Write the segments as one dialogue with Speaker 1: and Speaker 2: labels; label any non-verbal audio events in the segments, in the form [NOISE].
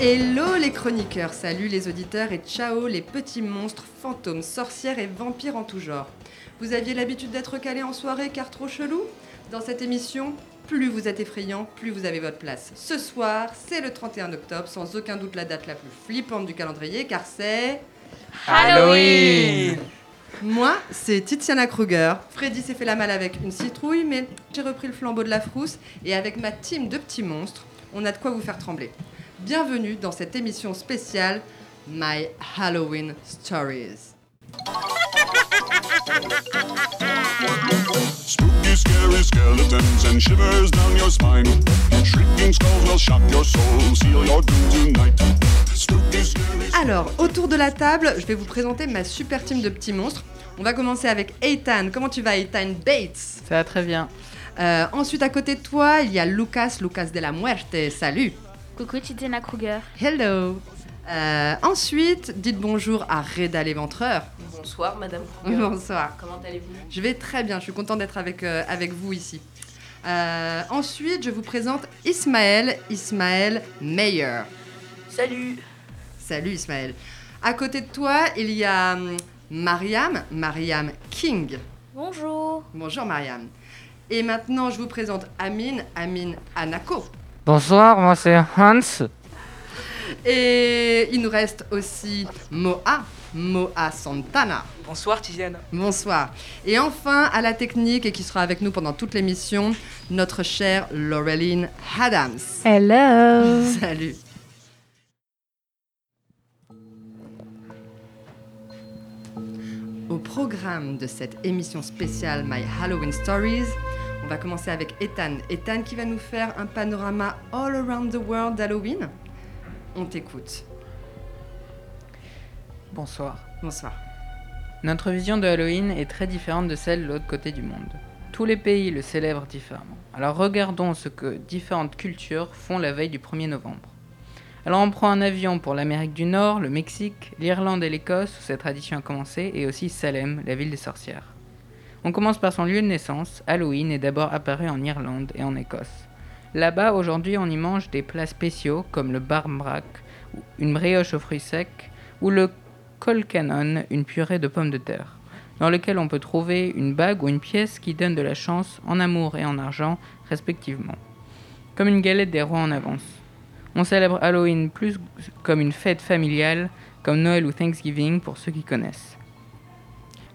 Speaker 1: Hello les chroniqueurs, salut les auditeurs et ciao les petits monstres, fantômes, sorcières et vampires en tout genre. Vous aviez l'habitude d'être calés en soirée car trop chelou Dans cette émission, plus vous êtes effrayant, plus vous avez votre place. Ce soir, c'est le 31 octobre, sans aucun doute la date la plus flippante du calendrier car c'est...
Speaker 2: Halloween
Speaker 1: Moi, c'est Tiziana Kruger. Freddy s'est fait la malle avec une citrouille, mais j'ai repris le flambeau de la frousse et avec ma team de petits monstres, on a de quoi vous faire trembler. Bienvenue dans cette émission spéciale My Halloween Stories.
Speaker 3: Spooky, scary skeletons and shivers down your spine. Shrieking skulls will shock your soul, seal your doom tonight. Spooky, scary.
Speaker 1: Alors, autour de la table, je vais vous présenter ma super team de petits monstres. On va commencer avec Ethan. Comment tu vas, Ethan Bates
Speaker 2: Ça va très bien.
Speaker 1: Euh, Ensuite, à côté de toi, il y a Lucas, Lucas de la Muerte. Salut
Speaker 4: Coucou Tiziana Kruger.
Speaker 1: Hello Euh, Ensuite, dites bonjour à Reda l'éventreur.
Speaker 5: Bonsoir Madame Kruger.
Speaker 1: Bonsoir.
Speaker 5: Comment allez-vous
Speaker 1: Je vais très bien, je suis contente d'être avec, euh, avec vous ici. Euh, ensuite, je vous présente Ismaël, Ismaël Meyer.
Speaker 5: Salut
Speaker 1: Salut Ismaël. À côté de toi, il y a hum, Mariam, Mariam King.
Speaker 4: Bonjour.
Speaker 1: Bonjour Mariam. Et maintenant, je vous présente Amine, Amine Anako.
Speaker 2: Bonsoir, moi c'est Hans.
Speaker 1: Et il nous reste aussi Moa, Moa Santana.
Speaker 6: Bonsoir Tiziane.
Speaker 1: Bonsoir. Et enfin, à la technique, et qui sera avec nous pendant toute l'émission, notre chère Laureline Adams.
Speaker 4: Hello.
Speaker 1: [LAUGHS] Salut. Au programme de cette émission spéciale My Halloween Stories, on va commencer avec Ethan. Ethan qui va nous faire un panorama all around the world d'Halloween. On t'écoute.
Speaker 2: Bonsoir.
Speaker 1: Bonsoir.
Speaker 2: Notre vision de Halloween est très différente de celle de l'autre côté du monde. Tous les pays le célèbrent différemment. Alors regardons ce que différentes cultures font la veille du 1er novembre. Alors on prend un avion pour l'Amérique du Nord, le Mexique, l'Irlande et l'Écosse où cette tradition a commencé, et aussi Salem, la ville des sorcières. On commence par son lieu de naissance, Halloween est d'abord apparu en Irlande et en Écosse. Là-bas, aujourd'hui, on y mange des plats spéciaux comme le barmbrack, ou une brioche aux fruits secs, ou le colcanon, une purée de pommes de terre, dans lequel on peut trouver une bague ou une pièce qui donne de la chance en amour et en argent, respectivement. Comme une galette des rois en avance. On célèbre Halloween plus comme une fête familiale, comme Noël ou Thanksgiving pour ceux qui connaissent.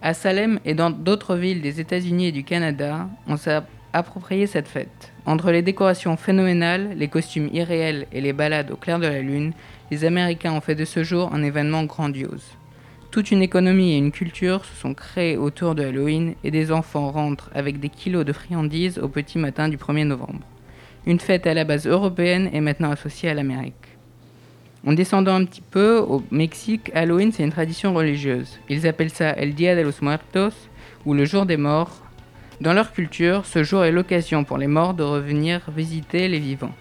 Speaker 2: À Salem et dans d'autres villes des États-Unis et du Canada, on s'est app- approprié cette fête. Entre les décorations phénoménales, les costumes irréels et les balades au clair de la lune, les Américains ont fait de ce jour un événement grandiose. Toute une économie et une culture se sont créées autour de Halloween et des enfants rentrent avec des kilos de friandises au petit matin du 1er novembre. Une fête à la base européenne est maintenant associée à l'Amérique. En descendant un petit peu, au Mexique, Halloween c'est une tradition religieuse. Ils appellent ça El Dia de los Muertos ou le jour des morts. Dans leur culture, ce jour est l'occasion pour les morts de revenir visiter les vivants.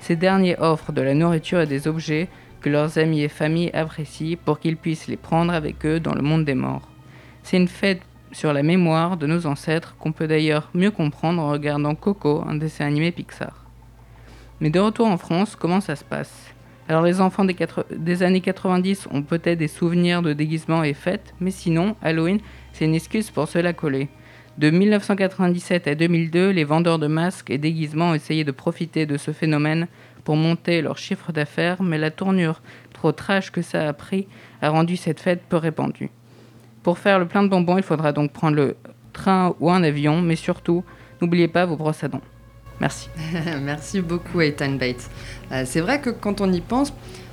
Speaker 2: Ces derniers offrent de la nourriture et des objets que leurs amis et familles apprécient pour qu'ils puissent les prendre avec eux dans le monde des morts. C'est une fête sur la mémoire de nos ancêtres qu'on peut d'ailleurs mieux comprendre en regardant Coco, un dessin animé Pixar. Mais de retour en France, comment ça se passe Alors les enfants des, quatre- des années 90 ont peut-être des souvenirs de déguisements et fêtes, mais sinon, Halloween, c'est une excuse pour se la coller. De 1997 à 2002, les vendeurs de masques et déguisements ont essayé de profiter de ce phénomène pour monter leur chiffre d'affaires, mais la tournure trop trash que ça a pris a rendu cette fête peu répandue. Pour faire le plein de bonbons, il faudra donc prendre le train ou un avion, mais surtout, n'oubliez pas vos brosses à dents. Merci.
Speaker 1: [LAUGHS] Merci beaucoup, Ethan Bates. Euh, c'est vrai que quand on y pense,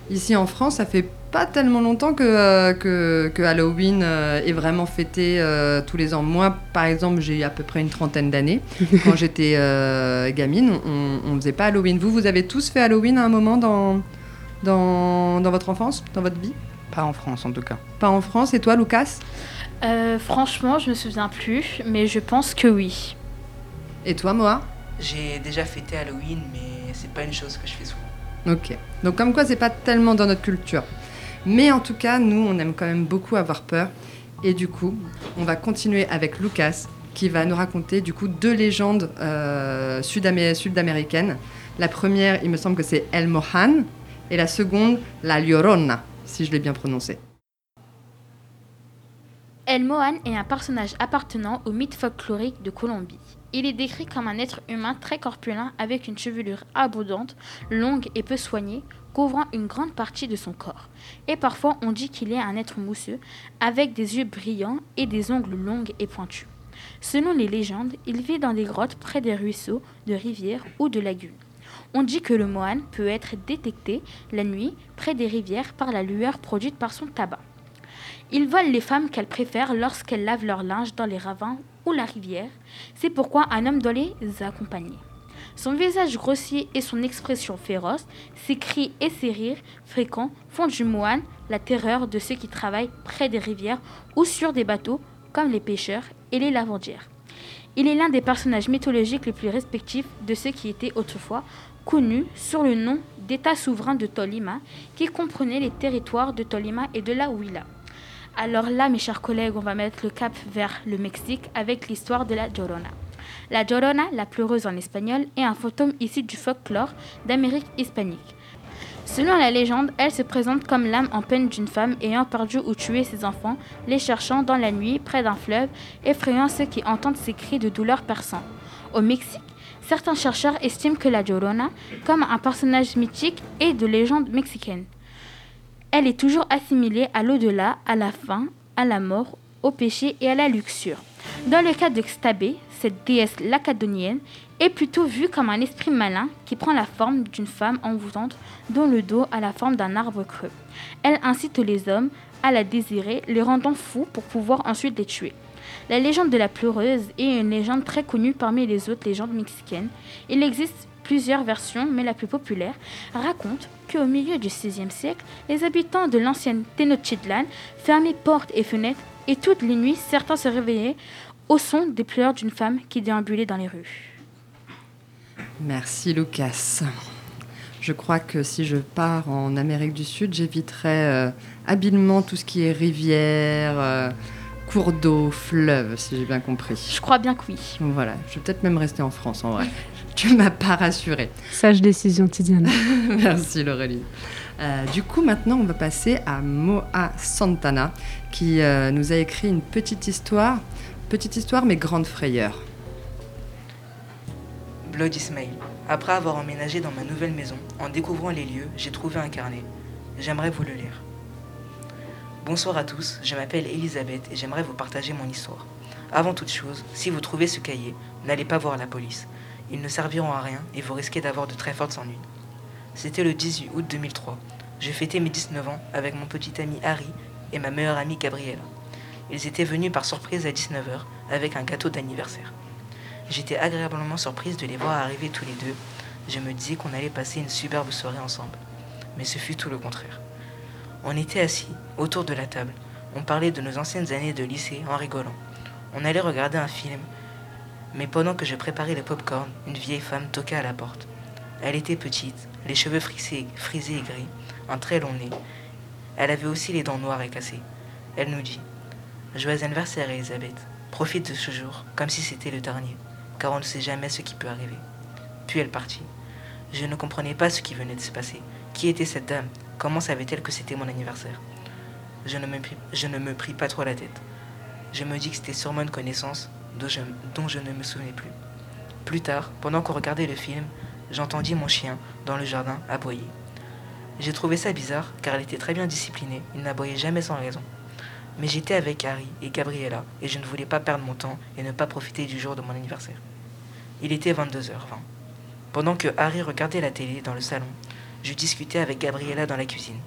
Speaker 1: ici en France, ça fait pas tellement longtemps que, euh, que, que Halloween euh, est vraiment fêté euh, tous les ans. Moi, par exemple, j'ai à peu près une trentaine d'années. Quand j'étais euh, gamine, on ne faisait pas Halloween. Vous, vous avez tous fait Halloween à un moment dans, dans, dans votre enfance, dans votre vie
Speaker 2: Pas en France en tout cas.
Speaker 1: Pas en France. Et toi, Lucas
Speaker 4: Euh, franchement, je me souviens plus, mais je pense que oui.
Speaker 1: Et toi, Moa
Speaker 6: J'ai déjà fêté Halloween, mais c'est pas une chose que je fais souvent.
Speaker 1: Ok. Donc comme quoi, c'est pas tellement dans notre culture. Mais en tout cas, nous, on aime quand même beaucoup avoir peur. Et du coup, on va continuer avec Lucas, qui va nous raconter du coup deux légendes euh, sud-amé- sud-américaines. La première, il me semble que c'est El Mohan, et la seconde, la Llorona, si je l'ai bien prononcé.
Speaker 4: El Mohan est un personnage appartenant au mythe folklorique de Colombie. Il est décrit comme un être humain très corpulent avec une chevelure abondante, longue et peu soignée, couvrant une grande partie de son corps. Et parfois on dit qu'il est un être mousseux, avec des yeux brillants et des ongles longs et pointus. Selon les légendes, il vit dans des grottes près des ruisseaux, de rivières ou de lagunes. On dit que le mohan peut être détecté la nuit près des rivières par la lueur produite par son tabac. Ils volent les femmes qu'elles préfèrent lorsqu'elles lavent leur linge dans les ravins ou la rivière. C'est pourquoi un homme doit les accompagner. Son visage grossier et son expression féroce, ses cris et ses rires fréquents font du moine la terreur de ceux qui travaillent près des rivières ou sur des bateaux comme les pêcheurs et les lavandières. Il est l'un des personnages mythologiques les plus respectifs de ceux qui étaient autrefois connus sur le nom d'État souverain de Tolima, qui comprenait les territoires de Tolima et de la Huila. Alors là, mes chers collègues, on va mettre le cap vers le Mexique avec l'histoire de la Llorona. La Llorona, la pleureuse en espagnol, est un fantôme issu du folklore d'Amérique hispanique. Selon la légende, elle se présente comme l'âme en peine d'une femme ayant perdu ou tué ses enfants, les cherchant dans la nuit près d'un fleuve, effrayant ceux qui entendent ses cris de douleur perçants. Au Mexique, certains chercheurs estiment que la Llorona comme un personnage mythique et de légende mexicaine. Elle est toujours assimilée à l'au-delà, à la faim, à la mort, au péché et à la luxure. Dans le cas de Xtabé, cette déesse lacadonienne est plutôt vue comme un esprit malin qui prend la forme d'une femme envoûtante dont le dos a la forme d'un arbre creux. Elle incite les hommes à la désirer, les rendant fous pour pouvoir ensuite les tuer. La légende de la pleureuse est une légende très connue parmi les autres légendes mexicaines. Il existe plusieurs versions, mais la plus populaire raconte qu'au milieu du XVIe siècle, les habitants de l'ancienne Tenochtitlan fermaient portes et fenêtres et toutes les nuits, certains se réveillaient au son des pleurs d'une femme qui déambulait dans les rues.
Speaker 1: Merci Lucas. Je crois que si je pars en Amérique du Sud, j'éviterai euh, habilement tout ce qui est rivière, euh, cours d'eau, fleuve, si j'ai bien compris.
Speaker 4: Je crois bien que oui.
Speaker 1: Donc Voilà, je vais peut-être même rester en France en [LAUGHS] vrai. Tu m'as pas rassurée.
Speaker 7: Sage décision,
Speaker 1: [LAUGHS]
Speaker 7: Tidiane.
Speaker 1: Merci Laureline. Euh, du coup, maintenant, on va passer à Moa Santana, qui euh, nous a écrit une petite histoire, petite histoire mais grande frayeur.
Speaker 6: Blood Ismail. Après avoir emménagé dans ma nouvelle maison, en découvrant les lieux, j'ai trouvé un carnet. J'aimerais vous le lire. Bonsoir à tous, je m'appelle Elisabeth et j'aimerais vous partager mon histoire. Avant toute chose, si vous trouvez ce cahier, n'allez pas voir la police. Ils ne serviront à rien et vous risquez d'avoir de très fortes ennuis. C'était le 18 août 2003. Je fêtais mes 19 ans avec mon petit ami Harry et ma meilleure amie Gabriella. Ils étaient venus par surprise à 19h avec un gâteau d'anniversaire. J'étais agréablement surprise de les voir arriver tous les deux. Je me disais qu'on allait passer une superbe soirée ensemble. Mais ce fut tout le contraire. On était assis autour de la table. On parlait de nos anciennes années de lycée en rigolant. On allait regarder un film. Mais pendant que je préparais le popcorn, une vieille femme toqua à la porte. Elle était petite, les cheveux frissés- frisés et gris, un très long nez. Elle avait aussi les dents noires et cassées. Elle nous dit Joyeux anniversaire, Elisabeth. Profite de ce jour, comme si c'était le dernier, car on ne sait jamais ce qui peut arriver. Puis elle partit. Je ne comprenais pas ce qui venait de se passer. Qui était cette dame Comment savait-elle que c'était mon anniversaire je ne, me pris, je ne me pris pas trop la tête. Je me dis que c'était sûrement une connaissance dont je, dont je ne me souvenais plus. Plus tard, pendant qu'on regardait le film, j'entendis mon chien, dans le jardin, aboyer. J'ai trouvé ça bizarre, car il était très bien discipliné, il n'aboyait jamais sans raison. Mais j'étais avec Harry et Gabriella, et je ne voulais pas perdre mon temps et ne pas profiter du jour de mon anniversaire. Il était 22h20. Pendant que Harry regardait la télé dans le salon, je discutais avec Gabriella dans la cuisine.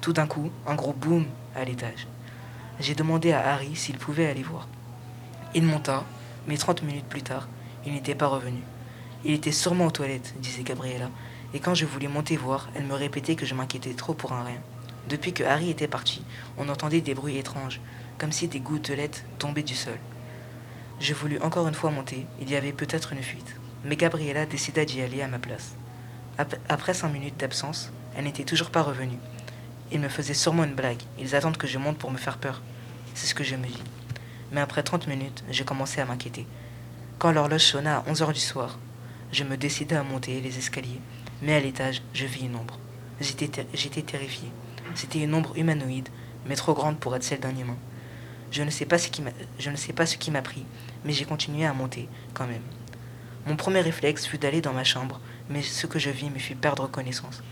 Speaker 6: Tout d'un coup, un gros boom à l'étage. J'ai demandé à Harry s'il pouvait aller voir. Il monta, mais 30 minutes plus tard, il n'était pas revenu. Il était sûrement aux toilettes, disait Gabriella, et quand je voulais monter voir, elle me répétait que je m'inquiétais trop pour un rien. Depuis que Harry était parti, on entendait des bruits étranges, comme si des gouttelettes tombaient du sol. Je voulus encore une fois monter, il y avait peut-être une fuite, mais Gabriella décida d'y aller à ma place. Ap- Après cinq minutes d'absence, elle n'était toujours pas revenue. Ils me faisaient sûrement une blague, ils attendent que je monte pour me faire peur. C'est ce que je me dis. Mais après 30 minutes, j'ai commencé à m'inquiéter. Quand l'horloge sonna à 11 heures du soir, je me décidai à monter les escaliers, mais à l'étage, je vis une ombre. J'étais ter- j'étais terrifié. C'était une ombre humanoïde, mais trop grande pour être celle d'un humain. Je ne sais pas ce qui m'a- je ne sais pas ce qui m'a pris, mais j'ai continué à monter quand même. Mon premier réflexe fut d'aller dans ma chambre, mais ce que je vis me fit perdre connaissance.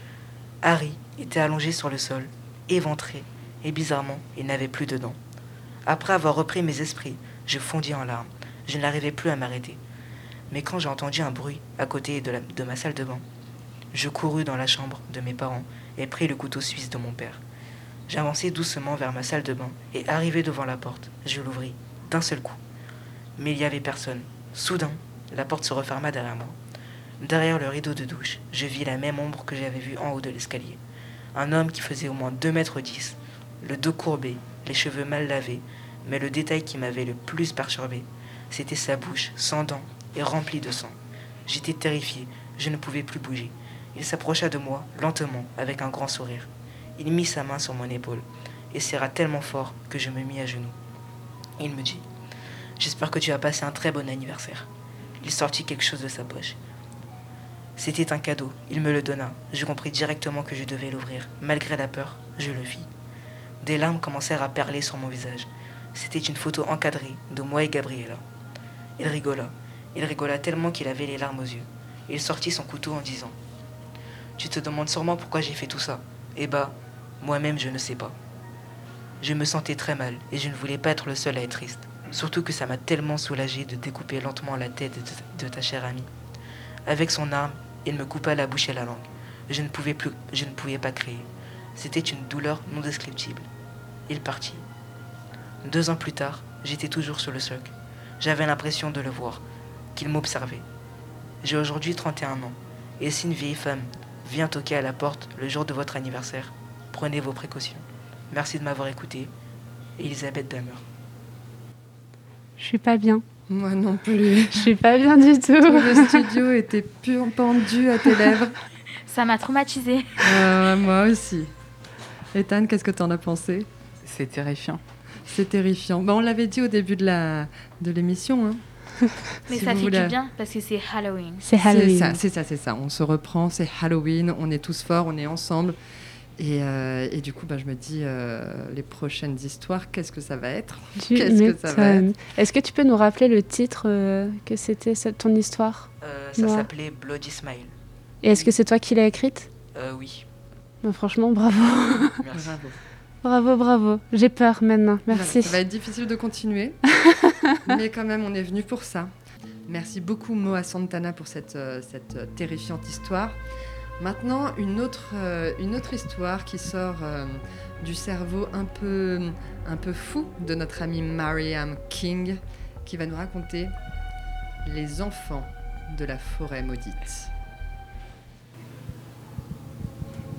Speaker 6: Harry était allongé sur le sol, éventré, et bizarrement, il n'avait plus de dents. Après avoir repris mes esprits, je fondis en larmes. Je n'arrivais plus à m'arrêter. Mais quand j'ai entendu un bruit à côté de, la- de ma salle de bain, je courus dans la chambre de mes parents et pris le couteau suisse de mon père. J'avançai doucement vers ma salle de bain et arrivé devant la porte, je l'ouvris d'un seul coup. Mais il n'y avait personne. Soudain, la porte se referma derrière moi. Derrière le rideau de douche, je vis la même ombre que j'avais vue en haut de l'escalier. Un homme qui faisait au moins 2 mètres 10, le dos courbé, les cheveux mal lavés, mais le détail qui m'avait le plus perturbé, c'était sa bouche sans dents et remplie de sang. J'étais terrifié, je ne pouvais plus bouger. Il s'approcha de moi, lentement, avec un grand sourire. Il mit sa main sur mon épaule et serra tellement fort que je me mis à genoux. Il me dit J'espère que tu as passé un très bon anniversaire. Il sortit quelque chose de sa poche. C'était un cadeau, il me le donna. Je compris directement que je devais l'ouvrir. Malgré la peur, je le vis. Des larmes commencèrent à perler sur mon visage. C'était une photo encadrée de moi et Gabriella. Il rigola. Il rigola tellement qu'il avait les larmes aux yeux. Il sortit son couteau en disant Tu te demandes sûrement pourquoi j'ai fait tout ça. Eh bah, moi-même je ne sais pas. Je me sentais très mal et je ne voulais pas être le seul à être triste. Surtout que ça m'a tellement soulagé de découper lentement la tête de- de ta chère amie. Avec son arme, il me coupa la bouche et la langue. Je ne pouvais plus, je ne pouvais pas crier. C'était une douleur non descriptible. Il partit. Deux ans plus tard, j'étais toujours sur le soc. J'avais l'impression de le voir, qu'il m'observait. J'ai aujourd'hui 31 ans, et si une vieille femme vient toquer à la porte le jour de votre anniversaire, prenez vos précautions. Merci de m'avoir écouté. Elisabeth Damer.
Speaker 7: Je suis pas bien.
Speaker 1: Moi non plus.
Speaker 7: Je suis pas bien du
Speaker 1: Tout
Speaker 7: tout.
Speaker 1: le studio était pur pendu à tes lèvres.
Speaker 4: Ça m'a traumatisée.
Speaker 1: Euh, moi aussi. Ethan, qu'est-ce que t'en as pensé
Speaker 2: C'est terrifiant.
Speaker 1: C'est terrifiant. Bah, on l'avait dit au début de la de l'émission. hein.
Speaker 4: Mais
Speaker 1: Si
Speaker 4: ça
Speaker 1: vous
Speaker 4: fait
Speaker 1: voulez.
Speaker 4: du bien parce que c'est Halloween.
Speaker 1: [LAUGHS]
Speaker 7: C'est
Speaker 1: C'est
Speaker 7: Halloween.
Speaker 1: ça, c'est ça, c'est ça. On se reprend, c'est Halloween, on est tous forts, on est ensemble. Et, euh, et du coup, bah, je me dis, euh, les prochaines histoires, qu'est-ce que ça va être
Speaker 7: Tu
Speaker 1: Qu'est-ce que ça va être
Speaker 7: m'étonnes. Est-ce que tu peux nous rappeler le titre euh, que c'était ce- ton histoire
Speaker 6: Euh, ça
Speaker 7: Ouais.
Speaker 6: s'appelait Bloody Smile.
Speaker 7: Et est-ce que c'est toi qui l'as écrite
Speaker 6: Euh, oui,
Speaker 7: Ben, Franchement, bravo. [LAUGHS]
Speaker 6: merci.
Speaker 7: Bravo, bravo. J'ai peur maintenant. Merci.
Speaker 1: Voilà, Ça va être difficile de continuer, mais quand même, on est venu pour ça. Merci beaucoup, Moa Santana, pour cette, euh, cette euh, terrifiante histoire. Maintenant, une autre, euh, une autre histoire qui sort euh, du cerveau un peu, un peu fou de notre amie Mariam King, qui va nous raconter Les enfants de la forêt maudite.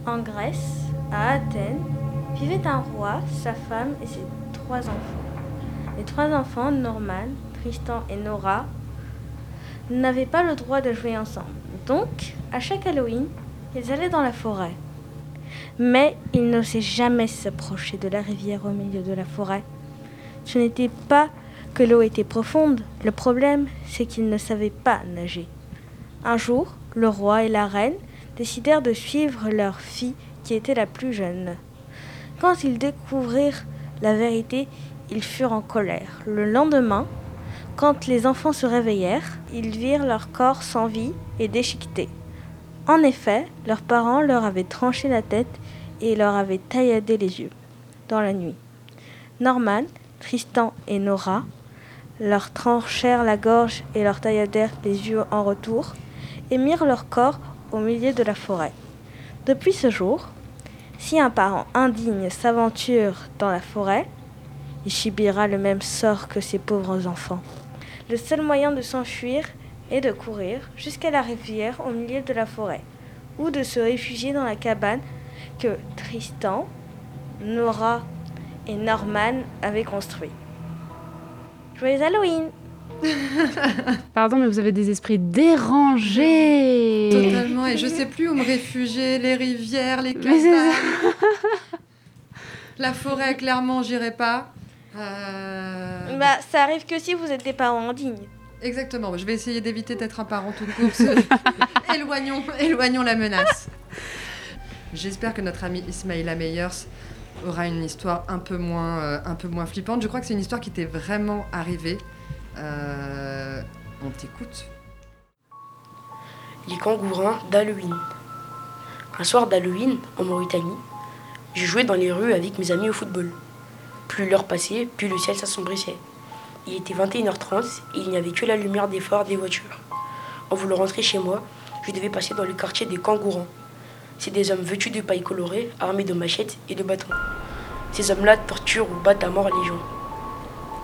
Speaker 8: En Grèce, à Athènes, vivait un roi, sa femme et ses trois enfants. Les trois enfants, Norman, Tristan et Nora, n'avaient pas le droit de jouer ensemble. Donc, à chaque Halloween, ils allaient dans la forêt. Mais ils n'osaient jamais s'approcher de la rivière au milieu de la forêt. Ce n'était pas que l'eau était profonde, le problème, c'est qu'ils ne savaient pas nager. Un jour, le roi et la reine décidèrent de suivre leur fille qui était la plus jeune. Quand ils découvrirent la vérité, ils furent en colère. Le lendemain, quand les enfants se réveillèrent, ils virent leur corps sans vie et déchiqueté. En effet, leurs parents leur avaient tranché la tête et leur avaient tailladé les yeux dans la nuit. Norman, Tristan et Nora leur tranchèrent la gorge et leur tailladèrent les yeux en retour et mirent leur corps au milieu de la forêt. Depuis ce jour, si un parent indigne s'aventure dans la forêt, il subira le même sort que ses pauvres enfants. Le seul moyen de s'enfuir est de courir jusqu'à la rivière au milieu de la forêt, ou de se réfugier dans la cabane que Tristan, Nora et Norman avaient construite. Joyeux Halloween
Speaker 7: Pardon, mais vous avez des esprits dérangés.
Speaker 1: Totalement, et je sais plus où me réfugier, les rivières, les
Speaker 7: Mais c'est
Speaker 1: campagnes. La forêt, clairement, j'irai pas. Euh,
Speaker 8: Bah, ça arrive que si vous êtes des parents indignes.
Speaker 1: Exactement, je vais essayer [LAUGHS] d'éviter d'être un parent tout court. éloignons, éloignons la menace. J'espère que notre ami Ismaïla Meyers aura une histoire un peu moins, euh, un peu moins flippante. Je crois que c'est une histoire qui t'est vraiment arrivée. Euh, on t'écoute.
Speaker 8: Les kangourins d'Halloween. Un soir d'Halloween, en Mauritanie, je jouais dans les rues avec mes amis au football. Plus l'heure passait, plus le ciel s'assombrissait. Il était 21h30 et il n'y avait que la lumière des phares des voitures. En voulant rentrer chez moi, je devais passer dans le quartier des kangourins. C'est des hommes vêtus de paille colorée, armés de machettes et de bâtons. Ces hommes-là torturent ou battent à mort les gens.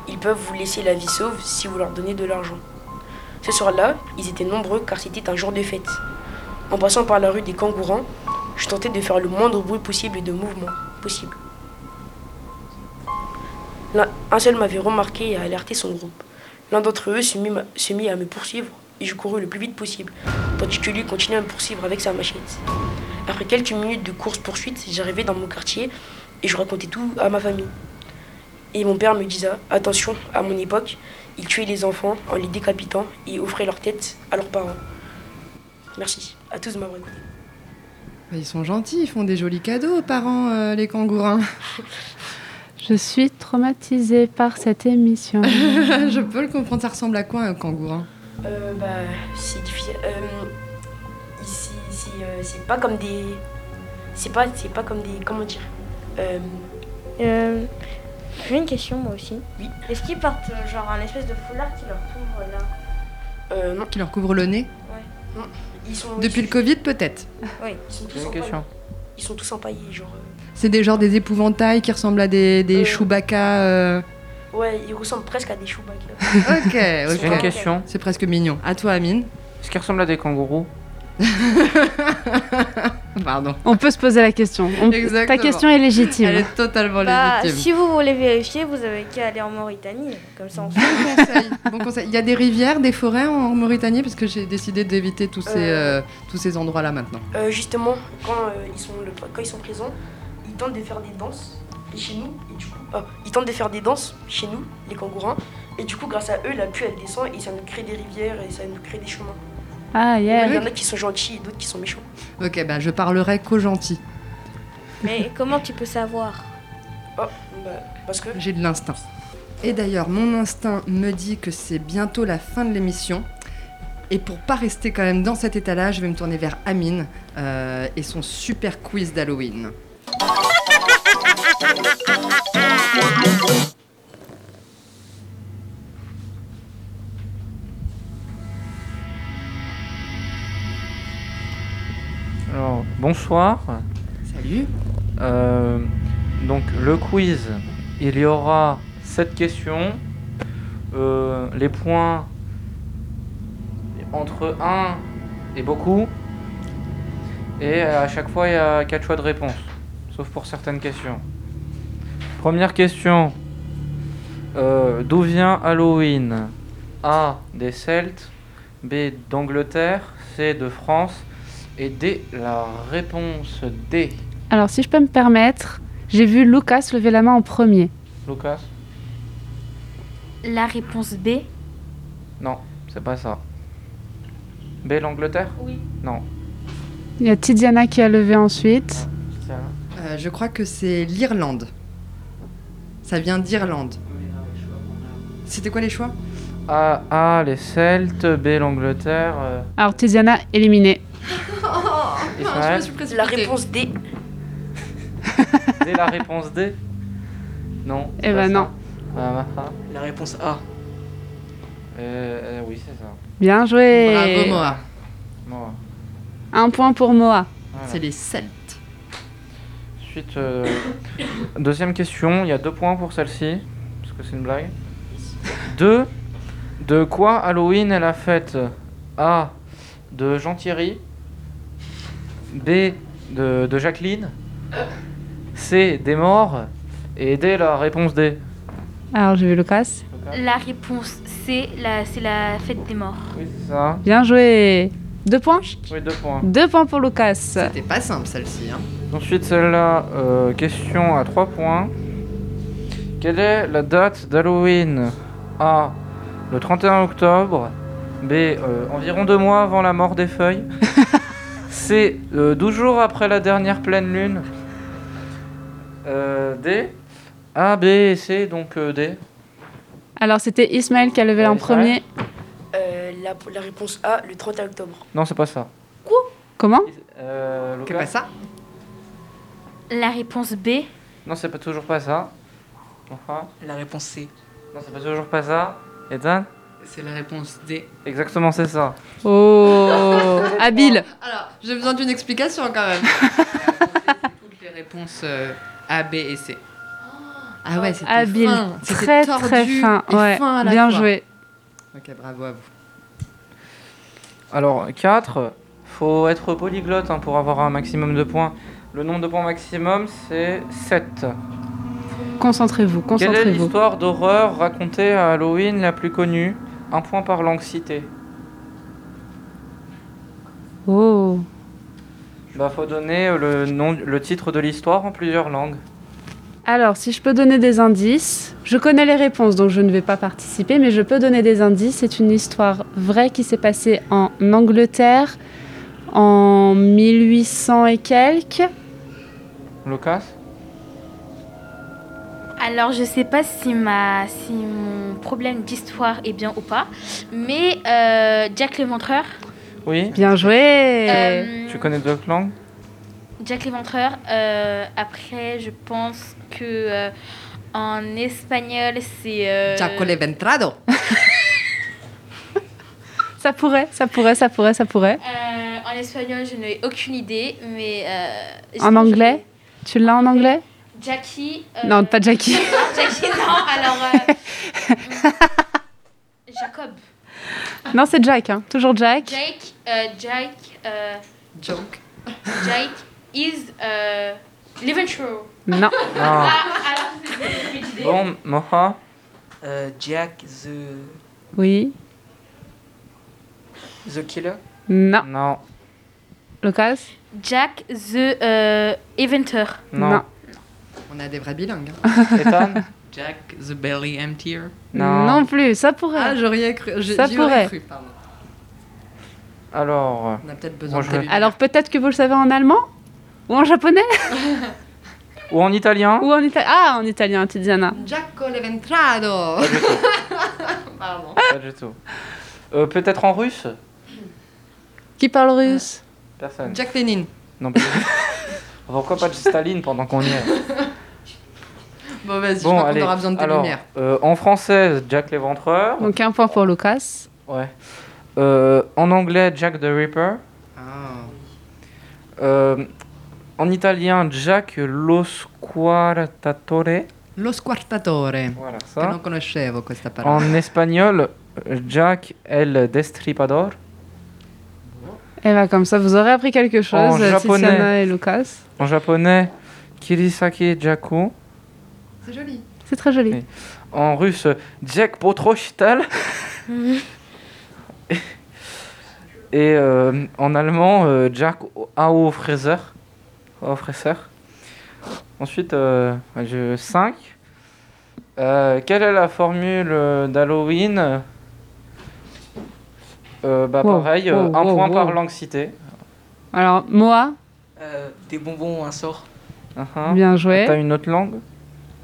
Speaker 8: Ils peuvent vous laisser la vie sauve si vous leur donnez de l'argent. Ce soir-là, ils étaient nombreux car c'était un jour de fête. En passant par la rue des Kangourans, je tentais de faire le moindre bruit possible et de mouvement possible. L'un- Un seul m'avait remarqué et a alerté son groupe. L'un d'entre eux se mit, ma- se mit à me poursuivre et je courus le plus vite possible, tandis que lui continuait à me poursuivre avec sa machette. Après quelques minutes de course-poursuite, j'arrivais dans mon quartier et je racontais tout à ma famille. Et mon père me disait Attention, à mon époque, ils tuaient les enfants en les décapitant et offraient leur tête à leurs parents. Merci à tous de m'avoir écouté.
Speaker 1: Mais Ils sont gentils, ils font des jolis cadeaux aux parents, euh, les kangourins.
Speaker 7: Je suis traumatisée par
Speaker 1: [LAUGHS]
Speaker 7: cette émission.
Speaker 1: je peux le comprendre, ça ressemble à quoi un hein, kangourin
Speaker 8: Euh, bah, c'est difficile. Euh, ici, c'est, euh, c'est pas comme des. C'est pas, c'est pas comme des. Comment dire Euh,
Speaker 9: Euh, J'ai une question moi aussi.
Speaker 8: Oui.
Speaker 9: Est-ce qu'ils partent euh, genre un espèce de foulard qui leur couvre là
Speaker 8: euh, non,
Speaker 1: Qui leur couvre le nez
Speaker 8: ils sont.
Speaker 1: Depuis le
Speaker 8: ils,
Speaker 1: Covid, peut-être.
Speaker 8: ils sont tous
Speaker 10: J'ai une
Speaker 8: empaillés.
Speaker 10: question.
Speaker 8: Ils sont tous empaillés, genre. euh,
Speaker 1: C'est des genres des épouvantails qui ressemblent à des, des
Speaker 8: Euh.
Speaker 1: Chewbacca. euh.
Speaker 8: Ouais, ils ressemblent presque à des Chewbacca.
Speaker 1: [LAUGHS] Ok,
Speaker 10: J'ai
Speaker 1: ok.
Speaker 10: une question.
Speaker 1: C'est presque mignon. À toi, Amine.
Speaker 10: Est-ce qu'ils ressemblent à des kangourous
Speaker 1: Pardon.
Speaker 7: On peut se poser la question. On- Ta
Speaker 1: Exactement.
Speaker 7: question est légitime.
Speaker 1: Elle est totalement
Speaker 9: Bah,
Speaker 1: légitime.
Speaker 9: si vous voulez vérifier, vous avez qu'à aller en Mauritanie. Comme ça, on sait.
Speaker 1: Bon conseil, [LAUGHS] bon conseil. Il y a des rivières, des forêts en en Mauritanie parce que j'ai décidé d'éviter tous ces,
Speaker 8: Euh.
Speaker 1: euh, tous ces endroits-là maintenant.
Speaker 8: Euh, justement, quand, euh, ils sont le- quand ils sont présents, ils tentent de faire des danses chez nous. Et du coup, ah, ils tentent de faire des danses chez nous, les kangourins. Et du coup, grâce à eux, la pluie elle descend et ça nous crée des rivières et ça nous crée des chemins.
Speaker 7: Ah, yeah.
Speaker 8: Ouais, Il y en a qui sont gentils et d'autres qui sont méchants.
Speaker 1: Ok, bah je parlerai qu'aux gentils.
Speaker 8: [LAUGHS]
Speaker 9: Mais comment tu peux savoir
Speaker 8: Oh, bah, parce que.
Speaker 1: J'ai de l'instinct. Et d'ailleurs, mon instinct me dit que c'est bientôt la fin de l'émission. Et pour pas rester quand même dans cet état-là, je vais me tourner vers Amine euh, et son super quiz d'Halloween.
Speaker 10: Alors, bonsoir.
Speaker 1: Salut.
Speaker 10: Euh, donc, le quiz, il y aura 7 questions. Euh, les points entre 1 et beaucoup. Et euh, à chaque fois, il y a 4 choix de réponse. Sauf pour certaines questions. Première question. Euh, D'où vient Halloween A. Des Celtes. B. D'Angleterre. C. De France. Et D. La réponse D.
Speaker 7: Alors, si je peux me permettre, j'ai vu Lucas lever la main en premier.
Speaker 10: Lucas
Speaker 4: La réponse B.
Speaker 10: Non, c'est pas ça. B, l'Angleterre
Speaker 8: Oui.
Speaker 10: Non.
Speaker 7: Il y a Tidiana qui a levé ensuite.
Speaker 1: Euh, je crois que c'est l'Irlande. Ça vient d'Irlande. C'était quoi les choix
Speaker 10: A, A, les Celtes, B, l'Angleterre, euh,
Speaker 7: Alors, Tiziana éliminée.
Speaker 10: Israël.
Speaker 1: précipitée.
Speaker 8: La réponse D.
Speaker 10: D, la réponse D Non.
Speaker 7: Eh
Speaker 10: c'est pas
Speaker 7: ben
Speaker 10: ça.
Speaker 7: non.
Speaker 10: Ah, ah, ah.
Speaker 6: La réponse A.
Speaker 10: Euh, euh, oui, c'est ça.
Speaker 7: Bien joué.
Speaker 1: Bravo, Moa.
Speaker 10: Bon,
Speaker 7: Un point pour Moa.
Speaker 10: voilà.
Speaker 1: C'est les Celtes.
Speaker 10: Ensuite, euh, [COUGHS] deuxième question, il y a deux points pour celle-ci, parce que c'est une blague. Deux, de quoi Halloween est la fête A, de Jean Thierry, B, de, de Jacqueline, C, des morts, et D, la réponse D.
Speaker 7: Alors, j'ai vu Lucas.
Speaker 4: La réponse C, la- c'est la fête des morts.
Speaker 10: Oui, c'est ça.
Speaker 7: Bien joué. Deux points
Speaker 10: Oui, deux points.
Speaker 7: Deux points pour Lucas.
Speaker 1: C'était pas simple celle-ci. hein.
Speaker 10: Ensuite, celle-là, euh, question à 3 points. Quelle est la date d'Halloween A.
Speaker 1: [LAUGHS]
Speaker 10: Le 31 octobre. B. euh, environ deux mois avant la mort des feuilles. C'est euh, 12 jours après la dernière pleine lune. Euh, D. A, B et C, donc euh, D.
Speaker 7: Alors, c'était Ismaël qui a levé
Speaker 10: Ouais,
Speaker 7: en
Speaker 10: c'est vrai.
Speaker 7: premier.
Speaker 5: Euh, la, la réponse A, le 31 octobre.
Speaker 10: Non, c'est pas ça.
Speaker 7: Comment
Speaker 10: Euh,
Speaker 1: Que
Speaker 10: Lucas
Speaker 1: pas ça
Speaker 4: La réponse B,
Speaker 10: Non, c'est pas toujours pas ça. Enfin,
Speaker 6: La réponse C.
Speaker 10: non, c'est pas toujours pas ça. Ethan
Speaker 2: C'est la réponse D.
Speaker 10: Exactement, c'est ça.
Speaker 7: Oh Habile
Speaker 1: Alors, j'ai besoin d'une explication quand
Speaker 7: [LAUGHS]
Speaker 1: même.
Speaker 2: Toutes les réponses euh, A, B et C.
Speaker 1: Ah ouais, c'était
Speaker 7: Habile.
Speaker 1: fin. C'était
Speaker 7: Très,
Speaker 1: tordu
Speaker 7: très fin.
Speaker 1: et
Speaker 7: Ouais.
Speaker 1: fin à la
Speaker 7: Bien
Speaker 1: fois.
Speaker 7: joué.
Speaker 1: Ok, bravo à vous.
Speaker 10: Alors, 4. Faut être polyglotte hein, pour avoir un maximum de points. Le nombre de points maximum, c'est 7.
Speaker 7: Concentrez-vous,
Speaker 10: Quelle est
Speaker 7: concentrez-vous.
Speaker 10: l'histoire d'horreur racontée à Halloween la plus connue Un point par langue citée.
Speaker 7: Oh
Speaker 10: Bah, faut donner euh, le, nom, le titre de l'histoire en plusieurs langues.
Speaker 7: Alors, si je peux donner des indices, je connais les réponses, donc je ne vais pas participer, mais je peux donner des indices. C'est une histoire vraie qui s'est passée en Angleterre en 1800 et quelques.
Speaker 10: Lucas
Speaker 4: Alors, je sais pas si, ma, si mon problème d'histoire est bien ou pas, mais euh, Jack l'Éventreur.
Speaker 10: Oui
Speaker 7: Bien joué
Speaker 4: euh,
Speaker 10: Tu connais d'autres langues
Speaker 4: Jack l'Éventreur. euh, après, je pense que euh, en espagnol, c'est. euh,
Speaker 1: Chacole ventrado.
Speaker 7: Ça pourrait, ça pourrait, ça pourrait, ça pourrait.
Speaker 4: euh, en espagnol, je n'ai aucune idée, mais. euh, je
Speaker 7: En
Speaker 4: pense
Speaker 7: anglais Tu l'as en anglais
Speaker 4: que Jackie. euh,
Speaker 7: Non,
Speaker 4: [LAUGHS]
Speaker 7: pas Jackie.
Speaker 4: Jackie, non, alors.
Speaker 7: [LAUGHS]
Speaker 4: euh, hmm, Jacob.
Speaker 7: non, c'est Jack, hein. toujours Jack.
Speaker 4: Jake. euh, Jake. euh,
Speaker 1: Joke.
Speaker 4: Jake is. Euh, Leventrue.
Speaker 7: Non.
Speaker 10: Non.
Speaker 4: Ah, alors, c'est une idée.
Speaker 10: Bon, Moha
Speaker 6: Euh, Jack the...
Speaker 7: Oui.
Speaker 6: the Killer.
Speaker 7: Non.
Speaker 10: Non.
Speaker 7: Lucas
Speaker 4: Jack the euh, Eventer.
Speaker 10: Non.
Speaker 1: On a des vrais bilingues. hein.
Speaker 7: [LAUGHS]
Speaker 10: Ethan
Speaker 2: Jack the Belly Emptier.
Speaker 10: Non.
Speaker 7: Non plus, ça pourrait.
Speaker 1: Ah, j'aurais cru. j'ai-
Speaker 7: Ça
Speaker 1: j'y
Speaker 7: pourrait.
Speaker 1: aurais cru, pardon.
Speaker 10: Alors, euh,
Speaker 1: On a peut-être besoin
Speaker 10: Moi,
Speaker 1: de
Speaker 10: je-
Speaker 1: tes
Speaker 7: Alors peut-être que vous le savez en allemand Ou en japonais
Speaker 10: ou en italien
Speaker 7: Ou en italien Ah, en italien, Tiziana.
Speaker 1: Giacole ventrado.
Speaker 10: Pas du tout.
Speaker 1: Pardon.
Speaker 10: Pas du tout. Euh, Peut-être en russe
Speaker 7: Qui parle russe
Speaker 10: Personne.
Speaker 1: Jack Lénine.
Speaker 10: Non, pas du
Speaker 7: [LAUGHS]
Speaker 10: tout. Pourquoi pas de Staline pendant qu'on y est
Speaker 1: Bon, vas-y, je
Speaker 10: Bon,
Speaker 1: crois qu'on
Speaker 10: allez.
Speaker 1: aura besoin de tes
Speaker 10: Alors,
Speaker 1: lumières.
Speaker 10: euh, en français, Jack l'Éventreur.
Speaker 7: Donc un point pour Lucas.
Speaker 10: Ouais. Euh, en anglais, Jack the Ripper.
Speaker 1: Ah.
Speaker 10: Euh, en italien, Jack lo squartatore.
Speaker 1: Lo squartatore.
Speaker 10: Voilà
Speaker 1: Che
Speaker 10: ça.
Speaker 1: non conoscevo questa parola.
Speaker 10: En espagnol, Jack el destripador.
Speaker 7: Et bah comme ça, vous aurez appris quelque chose,
Speaker 10: En
Speaker 7: euh,
Speaker 10: japonais.
Speaker 7: Tiziana et Lucas.
Speaker 10: En japonais, Kirisaki Jaku.
Speaker 1: C'est joli.
Speaker 7: C'est très joli.
Speaker 10: Oui. En russe, Jack Potrochital. Et euh, en allemand, euh, Jack Ao Fraser. Ao Fraser. Ensuite, euh, je 5. Euh, quelle est la formule euh, d'Halloween Euh, Bah
Speaker 7: Wow,
Speaker 10: pareil, euh,
Speaker 7: wow,
Speaker 10: un
Speaker 7: wow,
Speaker 10: point
Speaker 7: wow.
Speaker 10: par langue citée.
Speaker 7: Alors, Moa,
Speaker 6: Euh, des bonbons, un sort.
Speaker 10: Uh-huh.
Speaker 7: bien
Speaker 10: T'as
Speaker 7: joué.
Speaker 10: une autre langue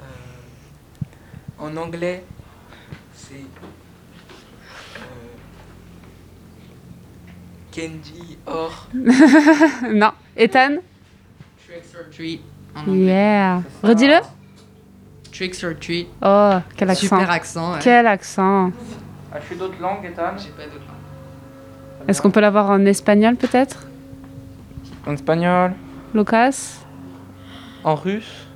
Speaker 6: Euh, en anglais, c'est... euh, Candy or...
Speaker 7: [LAUGHS] non. Ethan
Speaker 2: Trick or treat en anglais.
Speaker 7: Yeah. Redis-le
Speaker 2: Tricks or treat.
Speaker 7: Oh, quel accent.
Speaker 1: Super accent. ouais.
Speaker 7: Quel accent.
Speaker 10: Ah, je suis d'autres langues, Ethan
Speaker 2: J'ai pas d'autre.
Speaker 7: Est-ce qu'on peut l'avoir en espagnol peut-être
Speaker 10: En espagnol
Speaker 7: Lucas
Speaker 10: En russe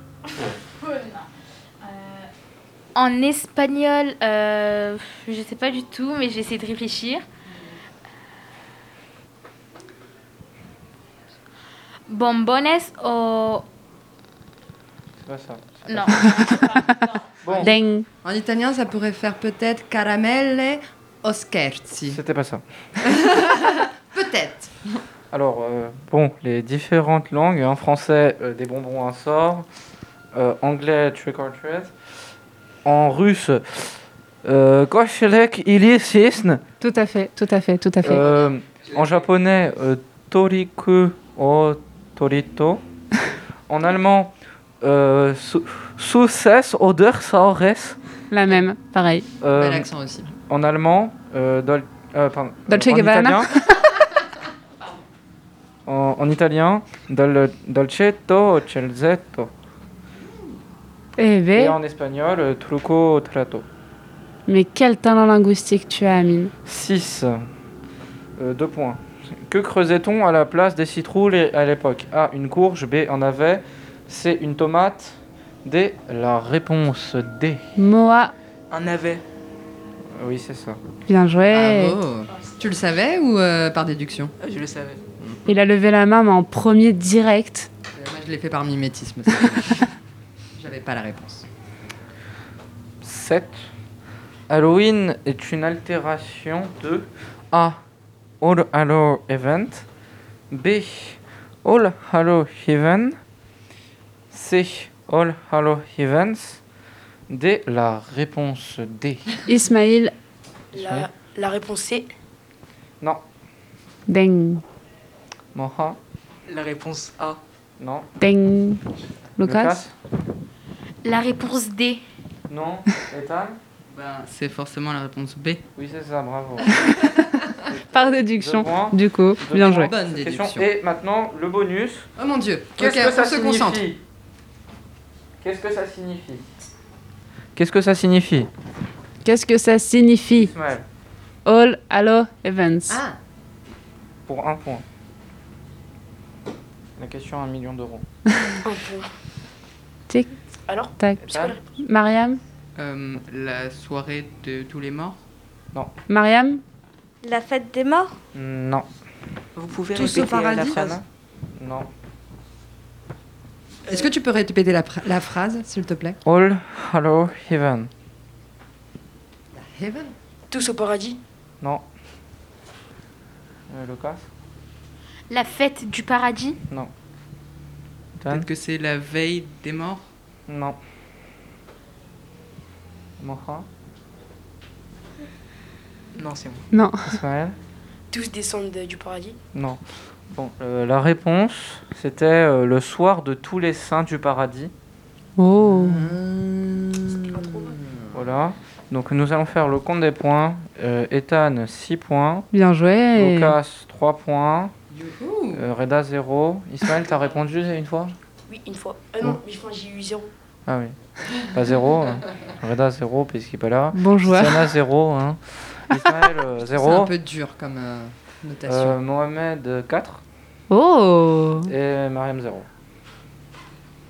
Speaker 4: En espagnol, euh, je sais pas du tout, mais j'ai essayé de réfléchir. Bombones ou.
Speaker 10: C'est pas ça.
Speaker 4: Non.
Speaker 10: Bon,
Speaker 7: Ding.
Speaker 1: En italien, ça pourrait faire peut-être caramelle o scherzi.
Speaker 10: c'était pas ça.
Speaker 1: Peut-être.
Speaker 10: Alors, euh, bon, les différentes langues, en français, euh, des bonbons, un sort, Euh, anglais, trick or treat, en russe, euh, Koshelek Ili Sisn.
Speaker 7: Tout à fait, tout à fait, tout à fait.
Speaker 10: Euh, en japonais, euh, Toriku o Torito. en allemand, euh, su- Suces oder Saures.
Speaker 7: La même, pareil.
Speaker 10: Euh,
Speaker 1: Bel accent aussi.
Speaker 10: en allemand, euh, Dol- euh, pardon,
Speaker 7: Dolce
Speaker 10: euh, en
Speaker 7: Gabbana. [LAUGHS]
Speaker 10: italien, en, en italien, dol, dolcetto celzetto.
Speaker 7: Eh
Speaker 10: Et
Speaker 7: ben,
Speaker 10: en espagnol, euh, truco trato.
Speaker 7: mais quel talent linguistique tu as, Amine.
Speaker 10: 6. Euh, deux points. Que creusait-on à la place des citrouilles à l'époque A. Une courge. B. Un navet. C. Une tomate. D. La réponse D.
Speaker 7: Moa,
Speaker 6: Un navet.
Speaker 10: Oui, c'est ça.
Speaker 7: bien
Speaker 10: eh.
Speaker 7: joué.
Speaker 10: Ah
Speaker 1: Bravo. Tu le savais ou euh, par déduction
Speaker 6: Ah, Je le savais.
Speaker 7: Il a levé la main, mais en premier direct.
Speaker 1: Euh, Moi, je l'ai fait par mimétisme.
Speaker 10: [LAUGHS]
Speaker 1: ça. J'avais pas la réponse.
Speaker 10: 7. Halloween est une altération de A. All Hallow Event. B. All Hallow Heaven. C. All Hallow Events. D. La réponse D.
Speaker 7: Ismail,
Speaker 5: La, la réponse C.
Speaker 10: Non.
Speaker 7: ding,
Speaker 10: Moha.
Speaker 6: La réponse A.
Speaker 10: Non.
Speaker 7: ding. Lucas,
Speaker 4: La réponse D.
Speaker 10: Non. Ethan [LAUGHS]
Speaker 2: Ben, c'est forcément la réponse B.
Speaker 10: Oui, c'est ça, bravo.
Speaker 7: par
Speaker 10: Deux
Speaker 7: déduction.
Speaker 10: points.
Speaker 7: Du coup,
Speaker 10: Deux
Speaker 7: [LAUGHS] bien
Speaker 10: points.
Speaker 7: joué.
Speaker 1: Bonne
Speaker 10: Cette
Speaker 1: déduction.
Speaker 10: question. Et maintenant, le bonus.
Speaker 1: Oh mon dieu.
Speaker 10: Qu'est-ce
Speaker 1: Ok,
Speaker 10: que ça
Speaker 1: on se concentre.
Speaker 10: signifie Qu'est-ce que ça signifie Qu'est-ce que ça signifie
Speaker 7: Qu'est-ce que ça signifie
Speaker 10: Ismaël,
Speaker 7: All Hello Events.
Speaker 1: Ah,
Speaker 10: pour un point. La question à un million d'euros.
Speaker 5: Un point.
Speaker 7: Tic.
Speaker 5: Alors
Speaker 7: Tac.
Speaker 5: c'est quoi la réponse
Speaker 7: Mariam
Speaker 2: Euh, la soirée de tous les morts.
Speaker 7: Mariam
Speaker 8: La fête des morts
Speaker 10: Non.
Speaker 6: Vous pouvez
Speaker 1: Tous
Speaker 6: répéter
Speaker 1: au paradis.
Speaker 6: la hein phrase
Speaker 10: Non.
Speaker 1: est-ce que tu peux répéter la, pr- la phrase, s'il te plaît
Speaker 10: All Hello Heaven.
Speaker 1: Heaven
Speaker 5: Tous au paradis
Speaker 10: Non. Euh, Lucas
Speaker 4: La fête du paradis.
Speaker 10: Anne
Speaker 2: Peut-être que c'est la veille des morts.
Speaker 10: Non. Moha
Speaker 6: Non, c'est bon.
Speaker 7: Non.
Speaker 10: Ismaël
Speaker 5: Tous descendent de- du paradis
Speaker 10: Non. Bon, euh, la réponse, c'était euh, le soir de tous les saints du paradis.
Speaker 7: Oh.
Speaker 1: Mhm. Hum.
Speaker 10: Voilà. Donc nous allons faire le compte des points. Euh, Ethan, 6 points.
Speaker 7: Bien joué.
Speaker 10: Lucas, 3 points.
Speaker 1: Youhou.
Speaker 10: Euh, Reda, 0. Ismaël, t'as répondu une fois
Speaker 5: Oui, une fois. Ah non, mais je crois que j'ai eu zéro.
Speaker 10: Ah oui. Pas 0. Reda, 0, puisqu'il n'est pas là.
Speaker 7: Bon joueur.
Speaker 10: Sana, 0. Hein. Ismaël, euh,
Speaker 1: C'est un
Speaker 10: 0.
Speaker 1: peu dur comme euh, notation.
Speaker 10: Mohamed, 4.
Speaker 7: Oh.
Speaker 10: Et Mariam, 0.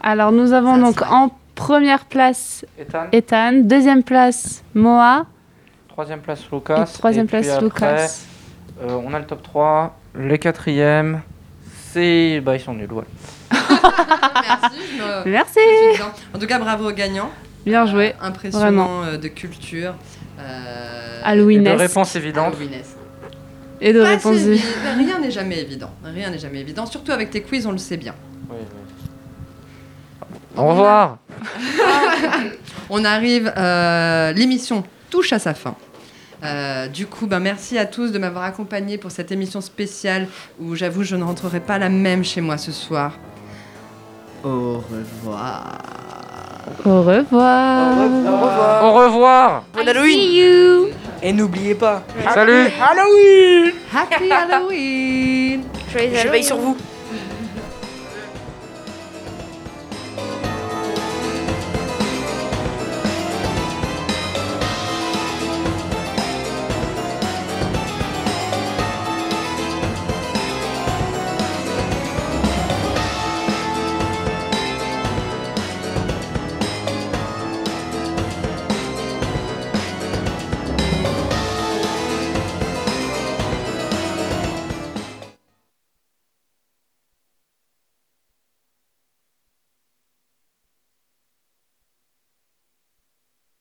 Speaker 7: Alors, nous avons
Speaker 1: Ça,
Speaker 7: donc
Speaker 1: c'est-
Speaker 7: en première place
Speaker 10: Ethan,
Speaker 7: Ethan, deuxième place Moa
Speaker 10: troisième place
Speaker 7: et
Speaker 10: Lucas.
Speaker 7: troisième
Speaker 10: Et puis
Speaker 7: place
Speaker 10: après,
Speaker 7: Lucas.
Speaker 10: Euh, on a le top 3, les quatrièmes, c'est... Bah ils sont nuls, ouais.
Speaker 1: Merci. je me-
Speaker 7: Merci.
Speaker 1: je suis dedans. En tout cas, bravo aux gagnants.
Speaker 7: Bien joué.
Speaker 1: Euh, Impressionnant euh, de culture. Euh,
Speaker 10: Et
Speaker 7: Halloween.
Speaker 10: deux réponses évidentes.
Speaker 1: Halloweenesque.
Speaker 7: Et de
Speaker 1: Pas
Speaker 7: réponses.
Speaker 1: si évi- ben, Rien n'est jamais évident. Rien n'est jamais évident. Surtout avec tes quiz, on le sait bien.
Speaker 10: Au revoir
Speaker 1: On arrive, euh, l'émission touche à sa fin. Euh, du coup, ben merci à tous de m'avoir accompagné pour cette émission spéciale où j'avoue je ne rentrerai pas la même chez moi ce soir. Au revoir.
Speaker 7: Au revoir.
Speaker 6: Au revoir.
Speaker 10: Au revoir
Speaker 6: Bon
Speaker 4: I
Speaker 6: Halloween.
Speaker 4: see you.
Speaker 6: Et n'oubliez pas,
Speaker 10: Salut
Speaker 1: Happy Halloween.
Speaker 7: [LAUGHS]
Speaker 8: Joyeux
Speaker 5: Je veille
Speaker 8: Halloween.
Speaker 5: sur vous.